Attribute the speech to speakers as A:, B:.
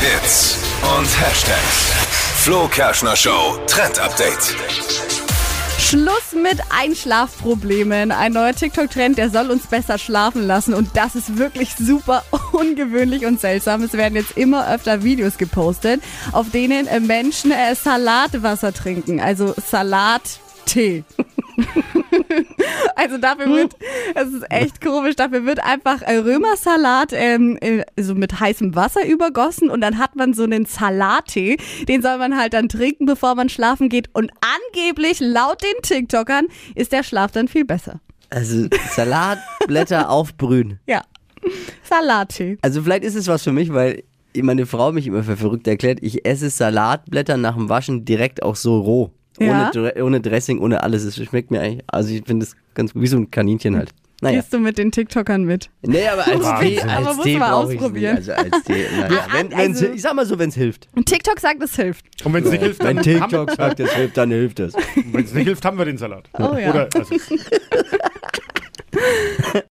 A: Hits und Hashtags. Flo Kerschner Show Trend Update.
B: Schluss mit Einschlafproblemen. Ein neuer TikTok-Trend, der soll uns besser schlafen lassen. Und das ist wirklich super ungewöhnlich und seltsam. Es werden jetzt immer öfter Videos gepostet, auf denen äh, Menschen äh, Salatwasser trinken. Also Salattee. Also dafür wird, es ist echt komisch, dafür wird einfach äh, Römersalat ähm, äh, so mit heißem Wasser übergossen und dann hat man so einen Salattee, den soll man halt dann trinken, bevor man schlafen geht und angeblich laut den TikTokern ist der Schlaf dann viel besser.
C: Also Salatblätter aufbrühen.
B: Ja. Salattee.
C: Also vielleicht ist es was für mich, weil meine Frau mich immer für verrückt erklärt. Ich esse Salatblätter nach dem Waschen direkt auch so roh.
B: Ja.
C: Ohne, Dre- ohne Dressing, ohne alles. Es schmeckt mir eigentlich, also ich finde es ganz wie so ein Kaninchen halt. Naja.
B: Gehst du mit den TikTokern mit?
C: Nee, aber als Tee,
B: Aber
C: als
B: muss
C: Tee
B: man
C: brauche ich nicht.
B: ausprobieren.
C: Also als Tee, naja.
B: Ah,
C: wenn, wenn's,
B: also-
C: ich sag mal so, wenn es hilft.
B: Und TikTok sagt, es hilft.
D: Und wenn es nicht hilft,
C: Wenn
D: dann
C: TikTok sagt, es hilft, dann hilft es.
D: also wenn es nicht hilft, haben wir den Salat.
B: Oh ja.
D: Oder also,